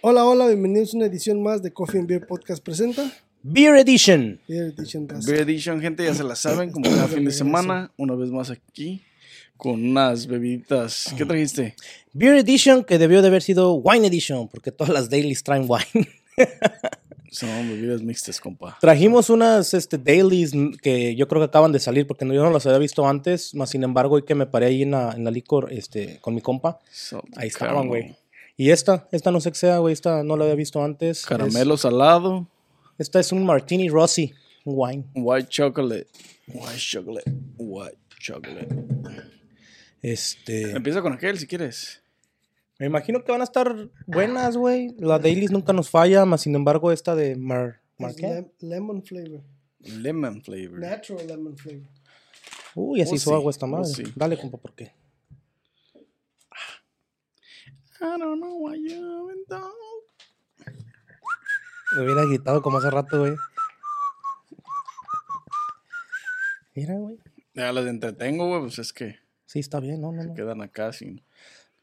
Hola, hola, bienvenidos a una edición más de Coffee and Beer Podcast presenta. Beer Edition. Beer Edition Podcast. Beer Edition, gente, ya se la saben, como cada fin de semana, una vez más aquí, con unas bebiditas. ¿Qué trajiste? Beer Edition que debió de haber sido Wine Edition, porque todas las dailies traen wine. Son bebidas mixtas, compa. Trajimos unas este, dailies m- que yo creo que acaban de salir, porque no- yo no las había visto antes, más sin embargo, hoy que me paré ahí en la, en la licor este, con mi compa, So, ahí caram- estaban, güey. Y esta, esta no sé qué sea, güey, esta no la había visto antes. Caramelo salado, Es- esta es un Martini Rossi un wine. white chocolate, white chocolate, white chocolate. Este, Empieza con aquel si quieres. me imagino que van a estar buenas, güey. La dailies nunca nos falla, más sin embargo, esta de Mar... Mar Es ¿qué? lem- lemon flavor. Lemon flavor. Natural lemon flavor. Uy, así Oh, hizo sí, agua esta oh, madre. sí. Dale, compa, ¿por qué? I don't know why you haven't done. Me hubiera gritado como hace rato, güey. Mira, güey. Ya las entretengo, güey, pues es que Sí, está bien, no, no, no. quedan acá sin.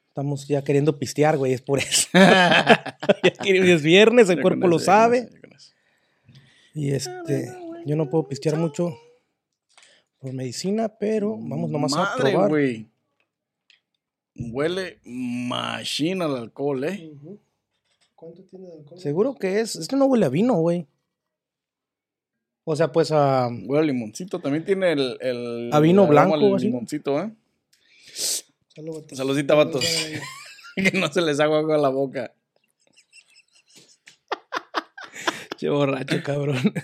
Estamos ya queriendo pistear, güey, es por eso. Ya quiere- es viernes, el Ya cuerpo con lo eso, ya Ah, con sabe. eso, ya con eso. Y este, yo no puedo pistear mucho por medicina, pero vamos nomás Madre, a probar. güey. Huele machina al alcohol, eh. Ujú. ¿Cuánto tiene de alcohol? Seguro que es. Este no huele a vino, güey. O sea, pues a. Huele a limoncito. También tiene el. el A vino el blanco, aroma al así. limoncito, ¿eh? Salud, vatos. Saludita, vatos. que no se les haga agua a la boca. Qué borracho, ah, cabrón.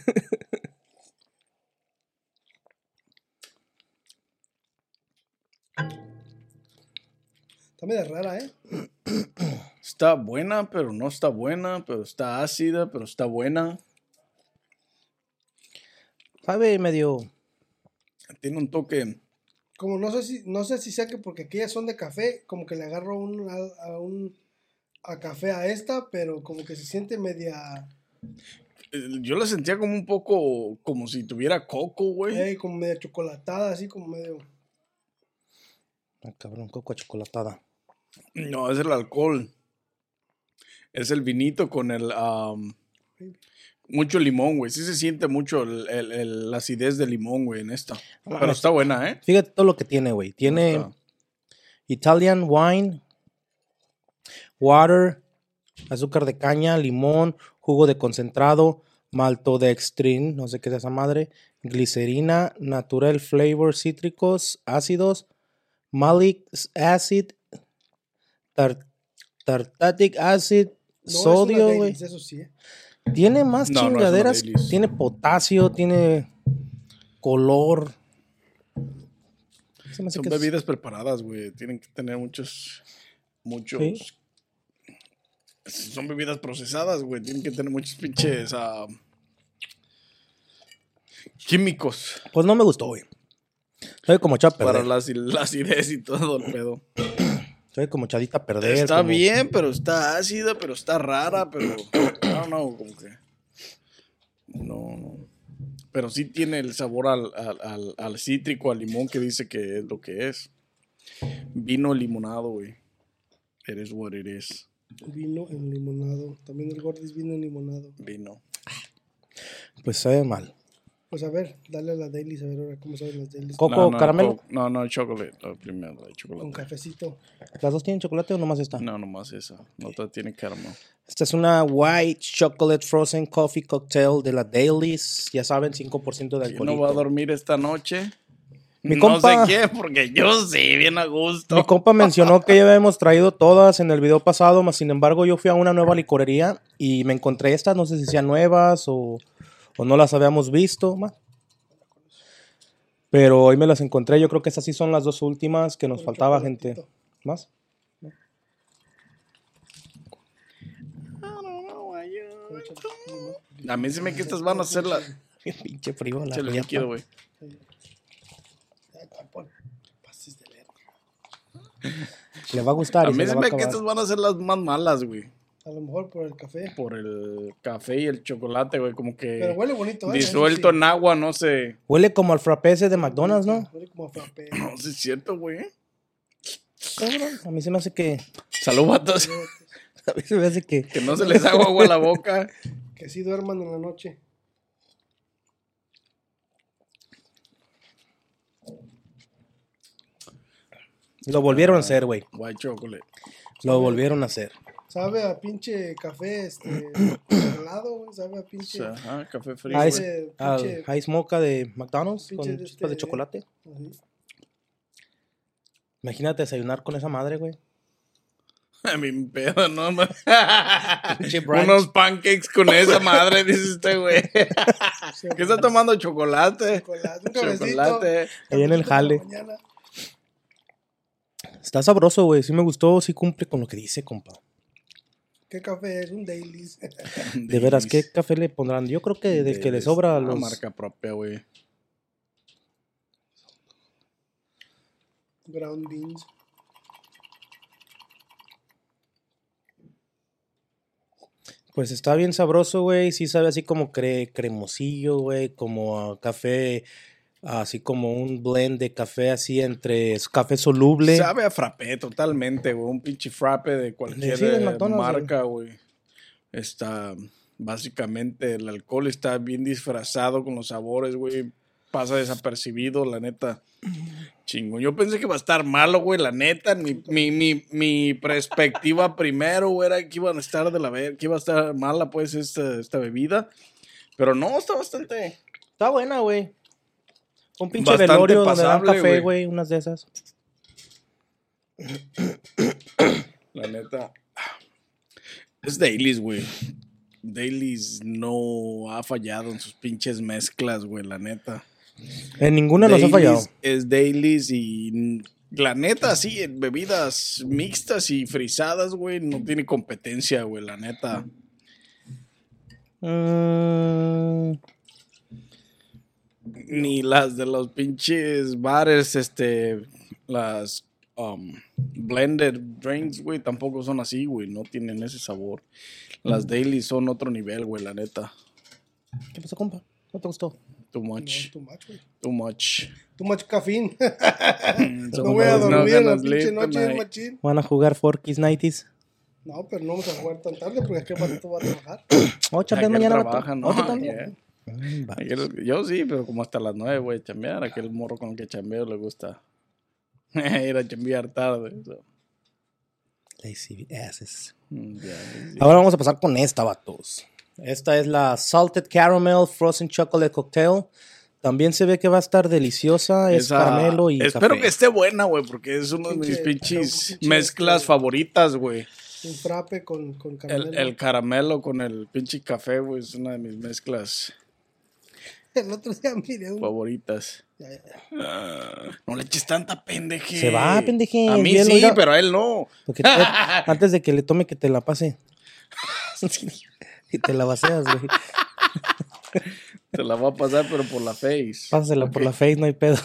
Está medio rara, ¿eh? Está buena, pero no está buena. Pero está ácida, pero está buena. Sabe medio. Tiene un toque. Como no sé si, no sé si sea que porque aquellas son de café, como que le agarro un, a, a un a café a esta, pero como que se siente media, eh, Yo la sentía como un poco. Como si tuviera coco, güey. eh, como media chocolatada, así como medio. Ah, cabrón, coco chocolatada. No, es el alcohol. Es el vinito con el. am, mucho limón, güey. Sí se siente mucho el- el- el- la acidez de limón, güey, en esta. Pero está buena, ¿eh? Fíjate todo lo que tiene, güey. Tiene Está. Italian wine, water, azúcar de caña, limón, jugo de concentrado, maltodextrin, no sé qué es esa madre, glicerina, natural flavor, cítricos, ácidos, malic acid, tar- tartatic acid, No, es una sodio, Baileys, güey. Eso sí, ¿eh? Tiene más No, no, es una chingaderas. Baileys. tiene potasio, tiene color. Se me hace Son que es- bebidas preparadas, güey. Tienen que tener muchos. Muchos. Son bebidas procesadas, güey. Tienen que tener muchos pinches. ah, químicos Pues no me gustó, güey. Soy como echada a para perder. la, aci- la acidez y todo el pedo. Soy como echadita a perder. está como- bien, pero está ácida, pero está rara, pero. No, no, como que. No, no. Pero sí tiene el sabor al, al- al- al cítrico, al limón que dice que es lo que es. Vino limonado, güey. Eres what it is. Vino en limonado. También el Gordis vino en limonado. Vino. Pues sabe mal. Pues a ver, dale a las dailies, a ver ahora cómo saben las dailies. Coco, No, no, caramelo. co- No, no, chocolate. La primera, la de Con chocolate. cafecito. ¿Las dos tienen chocolate o nomás esta? No, nomás esa. La otra tiene caramelo. Esta es una White Chocolate Frozen Coffee Cocktail de la Dailies. Ya saben, 5% de ¿Quién no va a alcohol. dormir esta noche? Mi no compa- sé qué, porque yo sí, bien a gusto. Mi compa mencionó que ya habíamos traído todas en el video pasado, mas sin embargo yo fui a una nueva licorería y me encontré estas, no sé si sean nuevas o, o no las habíamos visto, ma. pero hoy me las encontré, yo creo que estas sí son las dos últimas que nos Con faltaba chocolatito. gente. ¿Más? Con chocolatito. A mí se me que estas van a ser las. Pinche frío la Se les riata. líquido, güey. Ay, tampón. Pases de verga. Le va a gustar. A y se mí la se va a me que acabar. estas van a ser las más malas, güey. A lo mejor por el café. Por el café y el chocolate, güey. Como Pero que huele bonito, ¿eh? disuelto Eso en agua, no sé. Huele como al frappé ese de McDonald's, sí. ¿no? Huele como a frappé. No, sí es cierto, güey. Cabrón, A mí se me hace que... Salud, vatos. A mí se me hace que. Que no se les haga agua a la boca. Que sí duerman en la noche. Lo volvieron a hacer, güey. White chocolate. Lo volvieron a hacer. Sabe a pinche café, este, helado, güey. Sabe a O pinche. sea, ajá, café frío. Ah, güey. es- Pinche- Al pinche- Ice Mocha de McDonald's con pinche de chispas de este- chocolate. Ujú. Imagínate desayunar con esa madre, güey. A mí me pedo, no ma- Pinche brunch. Unos pancakes con esa madre, dice este güey. ¿Qué Sí, está tomando? Chocolate. Chocolate, un cabecito. Chocolate. Ahí en el jale. Mañana. Está sabroso, güey. Sí me gustó, sí cumple con lo que dice, compa. ¿Qué café es? Un daily. De veras, ¿qué café le pondrán? Yo creo que del que le sobra a La los. Ah, marca propia, güey. Ground beans. Pues está bien sabroso, güey. Sí sabe así como cre- cremosillo, güey. Como a café. Así como un blend de café así entre es café soluble. Sabe a frappé totalmente, güey. Un pinche frappe de cualquier Sí, de eh, McDonald's, marca, güey. Está, básicamente, el alcohol está bien disfrazado con los sabores, güey. Pasa desapercibido, la neta. Chingo. Yo pensé que iba a estar malo, güey, la neta. Mi, mi, mi, mi perspectiva primero, güey, era que iban a estar de la ver, que iba a estar mala, pues, esta, esta bebida. Pero no, está bastante. Está buena, güey. Un pinche Bastante velorio donde dan pasable, café, güey. güey. Unas de esas. La neta. Es Dailies, güey. Dailies no ha fallado en sus pinches mezclas, güey, la neta. En ninguna nos ha Dailies fallado. Es Dailies y mm, la neta, sí, en bebidas mixtas y frisadas, güey, no tiene competencia, güey, la neta. Mm, Ni las de los pinches bares, este, las um, blended drinks, güey, tampoco son así, güey, no tienen ese sabor. Las Dailies son otro nivel, güey, la neta. ¿Qué pasó, compa? ¿No te gustó? Too No, much. too much, güey. Too much. Too much caffeine. no no voy a dormir en la pinche noche, es machín. ¿Van a jugar Forky's Nighties? No, pero no vamos a jugar tan tarde porque es que para tú vas a trabajar. Oh, chambeas mañana, vato. trabaja, no, Oh, tú también. ayer. Mm, va. Aquel- yo sí, pero como hasta las nueve voy a chambear. Aquel morro con el que chambeo le gusta ir a chambear tarde. so. Lazy asses. Mm, ya, sí. Ahora vamos a pasar con esta, vatos. Esta es la Salted Caramel Frozen Chocolate Cocktail. También se ve que va a estar deliciosa. Es Esa- caramelo y Espero café. que esté buena, güey, porque es una de mis Pinche- pinches pinche- mezclas favoritas, güey. Un frappe con, con caramelo. El, el caramelo con el pinche café, güey, es una de mis mezclas El otro día miré un. favoritas. Ya, ya, ya. Ah, no le eches tanta pendeje. Se va, pendeje, A mí hielo, sí, mira. pero a él no. Porque te- eh, antes de que le tome, que te la pase. y te la vaceas, güey. Te la va a pasar, pero por la face. Pásasela por la Face, no hay pedo.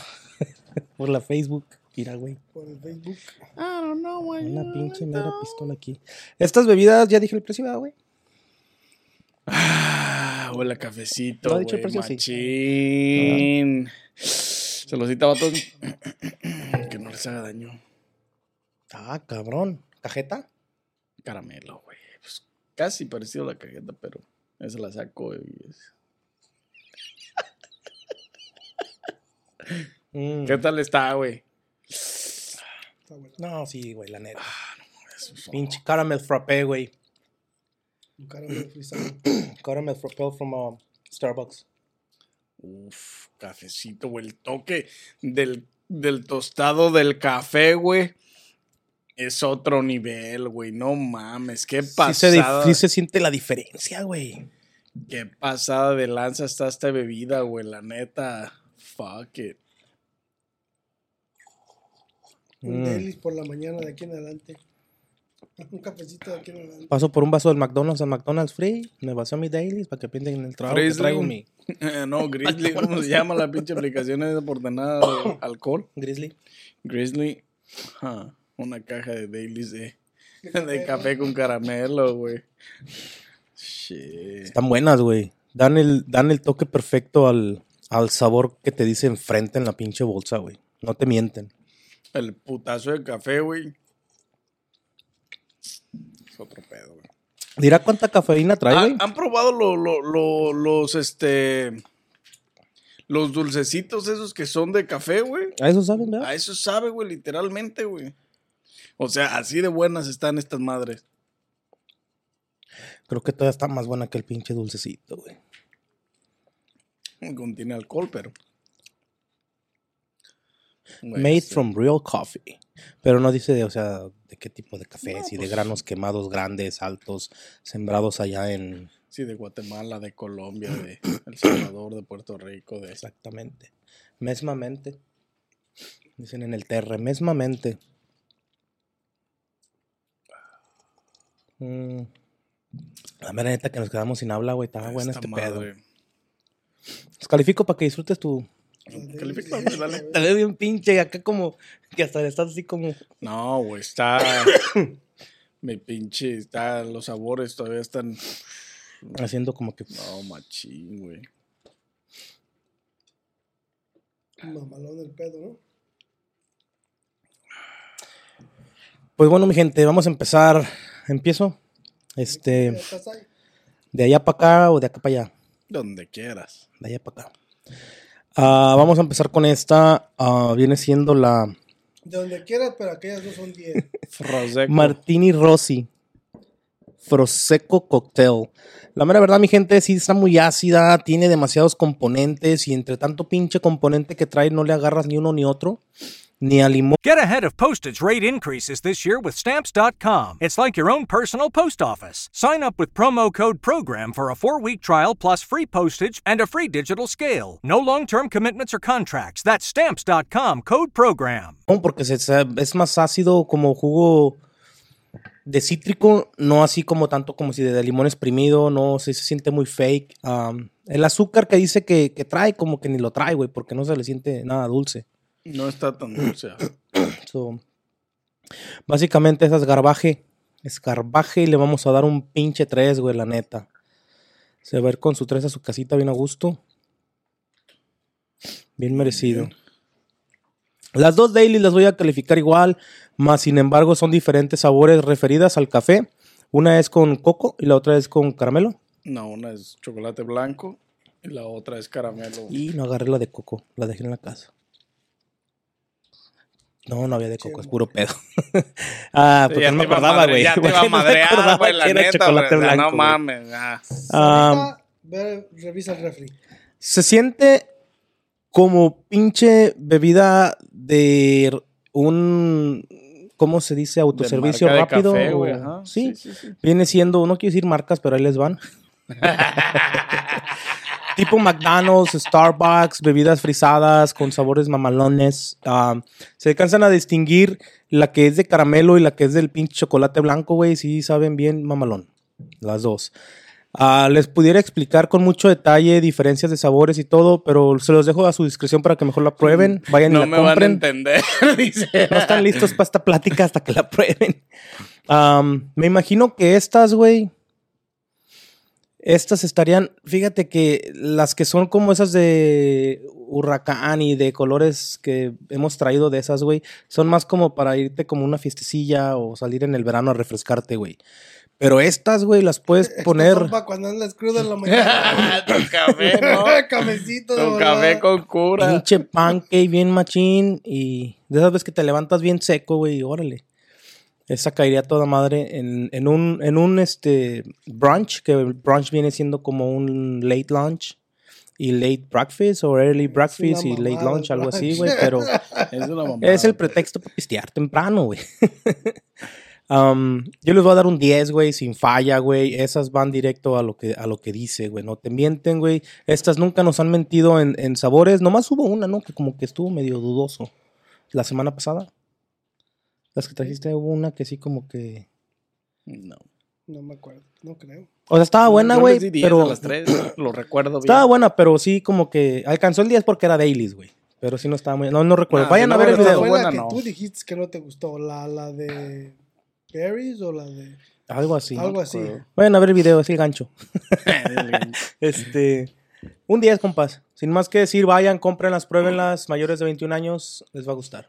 por la Facebook. Mira, güey. Por el Facebook. I don't know, güey. Una pinche mera pistola aquí. Estas bebidas, ya dije el precio, ¿verdad, güey. Ah, huele a cafecito, ¿No ha güey, dicho el precio? Ah. Sí. machín. Se los citaba a todos. que no les haga daño. Ah, cabrón. ¿Cajeta? Caramelo, güey. Pues casi parecido a la cajeta, pero esa la saco y es- Mm. ¿Qué tal está, güey? Está bueno. No, sí, güey, la neta. Es- Pinche caramel frappé, güey. Un caramelo frisado. Caramel frappé from uh, Starbucks. Uf, cafecito, güey. El toque del, del tostado del café, güey. Es otro nivel, güey. No mames. Qué pasada. Sí se, dif- sí se siente la diferencia, güey. Qué pasada de lanza está esta bebida, güey. La neta. Fuck it. Un Mm. delis por la mañana de aquí en adelante. Un cafecito de aquí en adelante. Paso por un vaso del McDonald's al McDonald's Free. Me vacío mis dailies para que pinten en el trago que Frizzling. traigo mi no, Grizzly. ¿Cómo se llama la pinche aplicación esa por nada de alcohol? Grizzly. Grizzly. Ajá, Una caja de dailies de, de café con caramelo, güey. Shit. Están buenas, güey. Dan el, dan el toque perfecto al, al sabor que te dice enfrente en la pinche bolsa, güey. No te mienten. El putazo de café, güey. otro pedo, güey. Dirá cuánta cafeína trae, güey. ¿Han, han probado lo- lo- lo- los, este, los dulcecitos esos que son de café, güey? A eso saben, ¿verdad? A eso sabe, güey, literalmente, güey. O sea, así de buenas están estas madres. Creo que todavía está más buena que el pinche dulcecito, güey. Contiene alcohol, pero. Güey, Made Pues sí. from real coffee. Pero no dice, de, o sea, de qué tipo de café, No, si pues- de granos quemados grandes, altos, sembrados allá en... Sí, de Guatemala, de Colombia, de El Salvador, de Puerto Rico, de Exactamente. Mesmamente. Dicen en el terre, mesmamente. Mm. La mera neta que nos quedamos sin habla, güey. Estaba bueno esta este pedo. madre. Los califico para que disfrutes tu... Califícame, dale. Tal vez bien pinche, acá como... Que hasta estás así como... No, güey, está. Mi pinche, está. Los sabores todavía están. Haciendo como que... No, machín, güey. Mamalón del pedo, ¿no? Pues bueno, mi gente, vamos a empezar. Empiezo. Ya Este... estás ahí. De allá para acá o de acá para allá. Donde quieras. de allá para acá. Ah, vamos a empezar con esta. ah, viene siendo la De donde quieras, pero aquellas no son 10. Prosecco. Martini Rossi Prosecco Cocktail. La mera verdad, mi gente, sí está muy ácida, tiene demasiados componentes y entre tanto pinche componente que trae no le agarras ni uno ni otro, ni a limón. Get ahead of postage rate increases this year with Stamps.com. It's like your own personal post office. Sign up with promo code PROGRAM for a four week trial plus free postage and a free digital scale. No long term commitments or contracts. That's Stamps.com code PROGRAM. porque se- se- es más ácido como jugo de cítrico, no así como tanto como si de, de limón exprimido, no sí se siente muy fake. Am, el azúcar que dice que, que trae, como que ni lo trae, güey, porque no se le siente nada dulce. No está tan dulce. So, básicamente esas garbaje, escarbaje y le vamos a dar un pinche 3, güey, la neta. Se va a ir con su 3 a su casita bien a gusto. Bien merecido. bien. Las dos dailies las voy a calificar igual, más sin embargo son diferentes sabores referidas al café. Una es con coco y la otra es con caramelo. No, una es chocolate blanco y la otra es caramelo. Y no agarré la de coco, la dejé en la casa. No, no había de coco, es puro pedo. ah, porque Ya no me te iba a acordaba, madre- güey. Ya te Porque iba a no me madrear, acordaba güey, que la era neta, chocolate güey. No blanco, güey. mames. ah. Ah, Ah, ve, revisa el refri. se siente como pinche bebida de un. ¿Cómo se dice? De Autoservicio marca de rápido. café, o- güey, ajá. sí, sí, sí. Viene siendo, no quiero decir marcas, pero ahí les van. tipo McDonald's, Starbucks, bebidas frisadas con sabores mamalones. Ah, se alcanzan a distinguir la que es de caramelo y la que es del pinche chocolate blanco, güey. Sí, saben bien mamalón. Las dos. Ah, les pudiera explicar con mucho detalle diferencias de sabores y todo, pero se los dejo a su discreción para que mejor la prueben. Vayan y No la me van a compren entender, dice. no están listos para esta plática hasta que la prueben. Am, me imagino que estas, güey. Estas estarían, fíjate que las que son como esas de huracán y de colores que hemos traído de esas, güey, son más como para irte como una fiestecilla o salir en el verano a refrescarte, güey. Pero estas, güey, las puedes poner... Para cuando andas crudo en la mañana. Ah, tu café, ¿no? Cafecito de Tu volada. café con cura. Pinche pancake bien machín y de esas veces que te levantas bien seco, güey, órale. Esa caería toda madre en, en un, en un este, brunch, que el brunch viene siendo como un late lunch y late breakfast o early breakfast y una late mamada lunch, el algo así, brunch. güey, pero Es una mamada. es el pretexto para pistear temprano, güey. Am, yo les voy a dar un 10, güey, sin falla, güey. Esas van directo a lo que, a lo que dice, güey. No te mienten, güey. Estas nunca nos han mentido en, en sabores. Nomás hubo una, ¿no? Que como que estuvo medio dudoso. La semana pasada. Las que trajiste hubo una que sí como que... No. No me acuerdo, no creo. O sea, estaba buena, Yo güey. les di diez pero... a las tres, lo recuerdo bien. Estaba buena, pero sí como que... Alcanzó el 10 porque era Dailies, güey. Pero sí no estaba muy... No, no recuerdo. Nah, Vayan si a Ah, no ver el Pero video. hubiera fue buena, la que no. tú dijiste que no te gustó, la, la de Berries o la de Algo así. algo así. acuerdo. Vayan a ver el video, es el gancho. Este, un 10, compas. Sin más que decir, vayan, cómprenlas, pruébenlas. Mayores de 21 años, les va a gustar.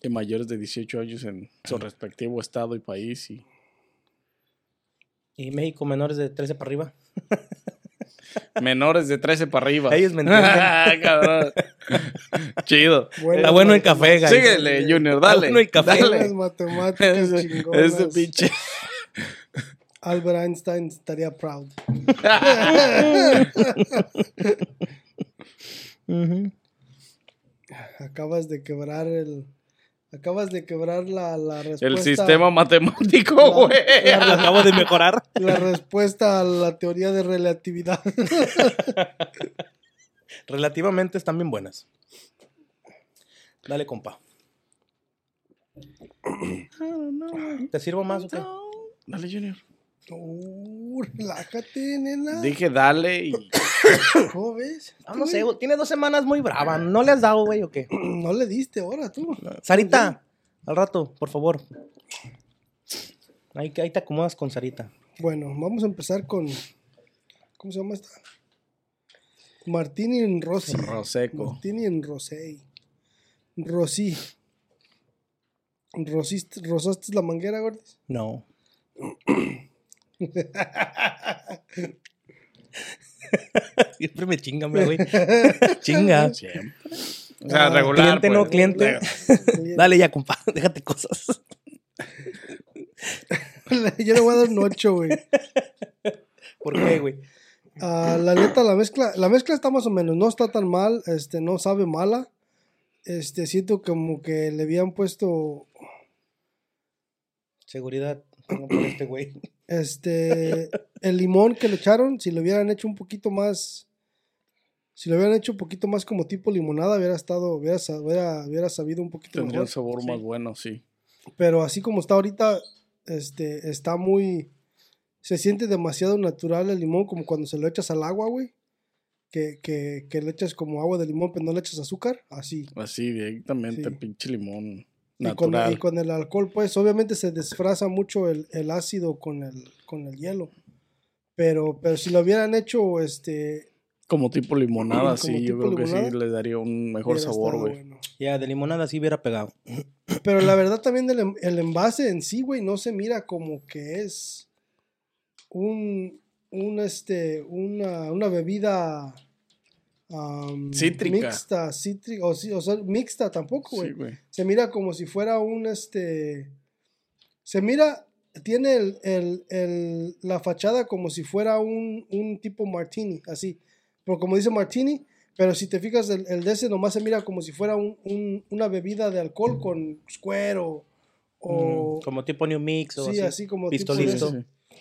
Que mayores de 18 años en su respectivo estado y país y Y México menores de 13 para arriba. Menores de 13 para arriba. Ellos me entienden. Cabrón. Chido. Buenas Está bueno el matemáticas. café, guys. Síguele, Junior, dale. Está bueno el café. pues, Buenas Dale. matemáticas Ese, chingonas. ese pinche. Albert Einstein estaría proud. Ujú. Acabas de quebrar el. Acabas de quebrar la, la respuesta. El sistema matemático, güey. Lo acabo de mejorar. La respuesta a la teoría de relatividad. Relativamente están bien buenas. Dale, compa. ¿Te sirvo más o qué? Dale, Junior. Uh, relájate, nena. Dije dale y. ¿Cómo ves? Ah, no sé, güey, tiene dos semanas muy brava. ¿No le has dado, güey, o qué? No le diste ahora tú. Sarita, al rato, por favor. Ahí, ahí te acomodas con Sarita. Bueno, vamos a empezar con. ¿Cómo se llama esta? Martini en Rossi. Roseco. Martini en Rosé. Rosí. Rosiste- ¿Rosaste la manguera, Gordis? No. Siempre me chingan, güey. Chinga. Siempre. O sea, Ah, regular. cliente no, pues. cliente. Dale ya, compa. Déjate cosas. Yo le voy a dar un 8, güey. ¿Por qué, güey? Ah, la neta, la mezcla, la mezcla está más o menos, no está tan mal, este, no sabe mala. Este, siento como que le habían puesto, Seguridad. Tengo por este güey. este, el limón que le echaron, si lo hubieran hecho un poquito más, si lo hubieran hecho un poquito más como tipo limonada, hubiera estado, hubiera, sa- hubiera, hubiera sabido un poquito Tendría un mejor. sabor más bueno, sí. Pero así como está ahorita, este, está muy, se siente demasiado natural el limón, como cuando se lo echas al agua, güey. Que, que, que le echas como agua de limón, pero no le echas azúcar, así. Así, directamente, Sí. pinche limón. Y con, Natural. y con el alcohol, pues obviamente se disfraza mucho el, el ácido con el, con el hielo. Pero, pero si lo hubieran hecho, este. Como tipo limonada, Como sí. Yo tipo creo que sí limonada. le daría un mejor hubiera sabor, estado güey. bueno. Ya, de limonada sí hubiera pegado. Pero la verdad también el, em- el envase en sí, güey, no se mira como que es un, un este, una, una bebida am, Cítrica. mixta, cítrica, o, sí- o sea, mixta tampoco, güey. Sí, güey. Se mira como si fuera un este. Se mira. Tiene el, el- el- la fachada como si fuera un, un tipo martini, así. Pero como dice martini, pero si te fijas, el, el de ese nomás se mira como si fuera un- un- una bebida de alcohol con square o. o- Mm, como tipo New Mix o sí, así, así. como Sí, tipo pistolito. de sí, eso. sí.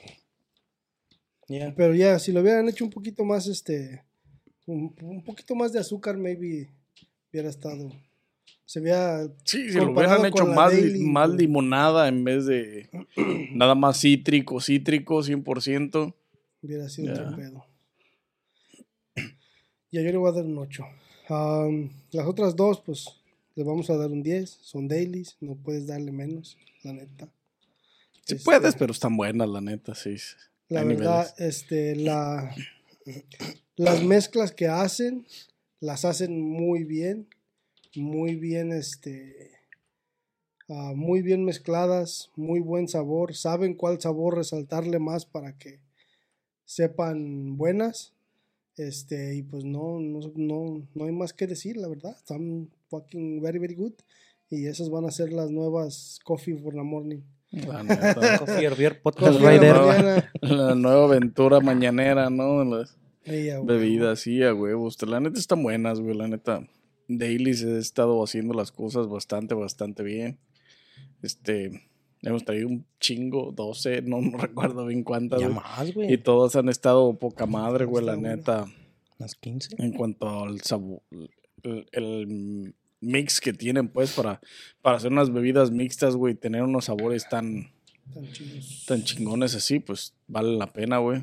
Ya. Pero ya, si lo hubieran hecho un poquito más, este. Un, un poquito más de azúcar, maybe hubiera estado. Se veía Sí, si lo Comparado hubieran hecho con la más, Daily, más güey. limonada en vez de nada más cítrico, cítrico, 100%. Hubiera sido Ya. otro pedo. Ya yo le voy a dar un 8. las otras dos, pues, le vamos a dar un 10. Son dailies, no puedes darle menos, la neta. Sí Este, puedes, pero están buenas, la neta, sí. sí. La Hay verdad, este, la, las mezclas que hacen, las hacen muy bien. Muy bien, este. ah, muy bien mezcladas, muy buen sabor. Saben cuál sabor resaltarle más para que sepan buenas. Este, y pues no, no, no, no hay más que decir, la verdad. Están fucking very, very good. Y esas van a ser las nuevas Coffee for the Morning. La neta. Coffee or Beer Podcast Coffee Coffee in the Rider. Beer. mañana. la nueva aventura mañanera, ¿no? Las Ey, a Ah, huevo. bebidas, sí, a huevos. La neta están buenas, güey. La neta, Daily se ha estado haciendo las cosas bastante, bastante bien. Este, hemos traído un chingo, 12, no, no recuerdo bien cuántas. Ya güey. más, Y güey. todas han estado poca madre, güey, la Está bueno. neta. Más 15. en cuanto al sabor, el, el mix que tienen, pues, para, para hacer unas bebidas mixtas, güey, tener unos sabores tan, Están chidos. tan chingones así, pues, vale la pena, güey.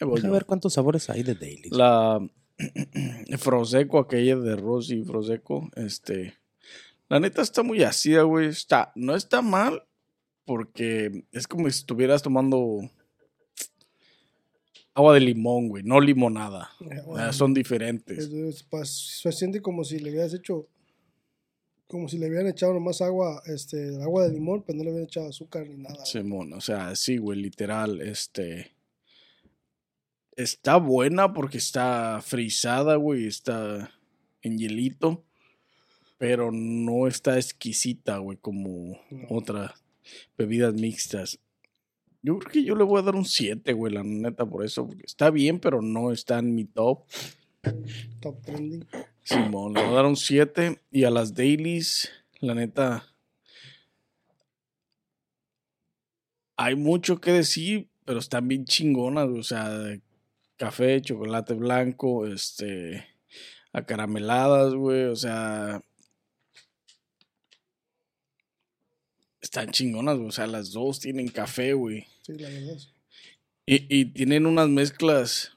Ahí voy Deja yo. ver cuántos sabores hay de Daily. La Froseco, aquella de Rosy Froseco, este, la neta está muy ácida, güey, está, no está mal, porque es como si estuvieras tomando agua de limón, güey, no limonada. Eh, Ah, bueno, Son diferentes. pues, es- pues, se siente como si le hubieras hecho como si le hubieran echado nomás agua, este, agua de limón, pero no le hubieran echado azúcar ni nada. güey. Simón, o sea, sí, güey, literal, este. Está buena porque está frisada, güey, está en hielito, pero no está exquisita, güey, como No. otras bebidas mixtas. Yo creo que yo le voy a dar un 7, güey, la neta, por eso, porque está bien, pero no está en mi top. Top trending. Simón, le voy a dar un 7. Y a las dailies, la neta. Hay mucho que decir, pero están bien chingonas. O sea, de café, chocolate blanco, este. Acarameladas, güey. O sea. Están chingonas, güey. O sea, las dos tienen café, güey. Sí, la verdad. sí. Y, y tienen unas mezclas.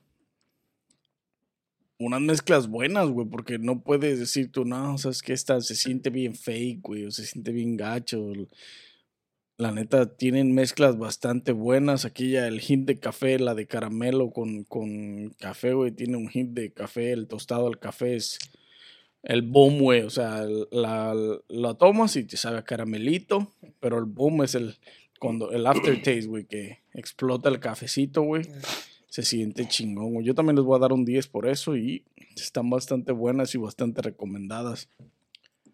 Unas mezclas buenas, güey, porque no puedes decir tú, no, sabes que esta se siente bien fake, güey, o se siente bien gacho. La neta, tienen mezclas bastante buenas. Aquí ya el hint de café, la de caramelo con, con café, güey, tiene un hint de café, el tostado al café es el boom, güey, o sea, la, la tomas y te sabe a caramelito, pero el boom es el, cuando el aftertaste, güey, que explota el cafecito, güey. Se siente chingón, güey. Yo también les voy a dar un 10 por eso y están bastante buenas y bastante recomendadas.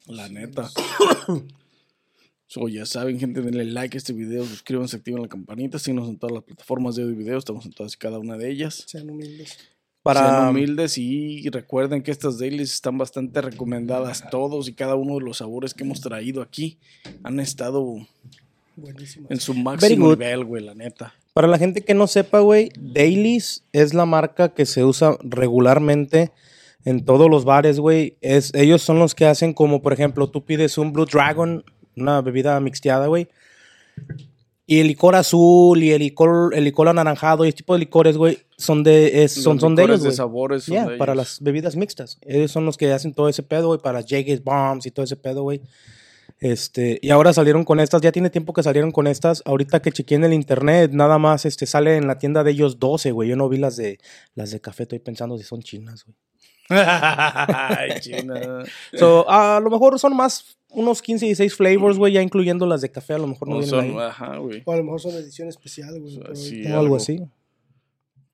La neta. So, ya saben, gente, denle like a este video, suscríbanse, activen la campanita, síguenos en todas las plataformas de audio y video, estamos en todas y cada una de ellas. Sean humildes. Sean Para, humildes y recuerden que estas dailies están bastante recomendadas. Todos y cada uno de los sabores que hemos traído aquí han estado Buenísimas. en su Very máximo good. nivel, güey, la neta. para la gente que no sepa, güey, Dailies es la marca que se usa regularmente en todos los bares, güey. Es, ellos son los que hacen como, por ejemplo, tú pides un Blue Dragon, una bebida mixteada, güey. Y el licor azul y el licor, el licor anaranjado y este tipo de licores, güey, son de, es- son, Los son de licores ellos, de güey. sabores son Yeah, de para ellos. las bebidas mixtas. Ellos son los que hacen todo ese pedo, güey, para Jagged Bombs y todo ese pedo, güey. Este, y ahora salieron con estas, ya tiene tiempo que salieron con estas. Ahorita que chequeé en el internet, nada más este, sale en la tienda de ellos 12, güey. Yo no vi las de las de café, estoy pensando si son chinas, güey. Ay, China. So, a lo mejor son más unos 15 y 16 flavors, güey, ya incluyendo las de café, a lo mejor no, No vienen son, ahí. ajá, güey. O a lo mejor son edición especial, güey. O sea, pero sí, ahorita- O algo algo. así.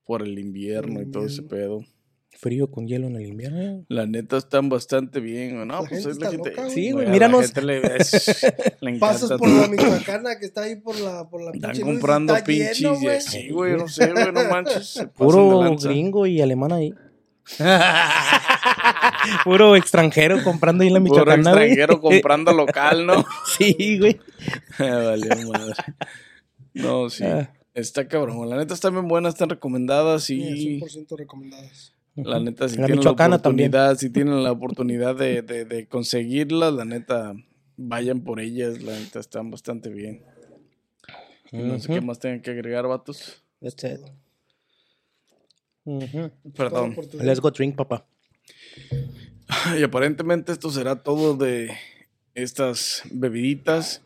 Por el invierno y todo Mm. ese pedo. Frío con hielo en el invierno. La neta están bastante bien, güey. No, La pues gente es la está gente. loca, güey. Sí, güey, a la míranos. gente le, es- le Pasas encanta por todo. la Michoacana que está ahí por la, por la Están pinche luz y comprando está lleno, pinches. güey. sí, güey, no sé, güey, no manches. se pasan de Puro lanza. gringo y alemán ahí. Puro extranjero comprando ahí en la Puro Michoacana, güey. extranjero comprando local, ¿no? Ah, Sí, güey. Valió madre. No, sí. Ah. Está cabrón. La neta están bien buenas, están recomendadas Sí, y. 100% recomendadas. La neta, si La tienen la michoacana también. oportunidad, si tienen la oportunidad de, de, de conseguirlas, la neta, vayan por ellas, la neta, están bastante bien. Y No sé qué más tengan que agregar, vatos. That's it. Ujú. Perdón. Todo por tu- Let's go drink, papá. Y aparentemente esto será todo de estas bebiditas.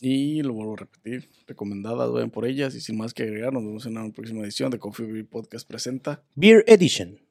Y lo vuelvo a repetir, recomendadas, vayan por ellas. Y sin más que agregar, nos vemos en una próxima edición de Coffee Break Podcast presenta. Beer Edition.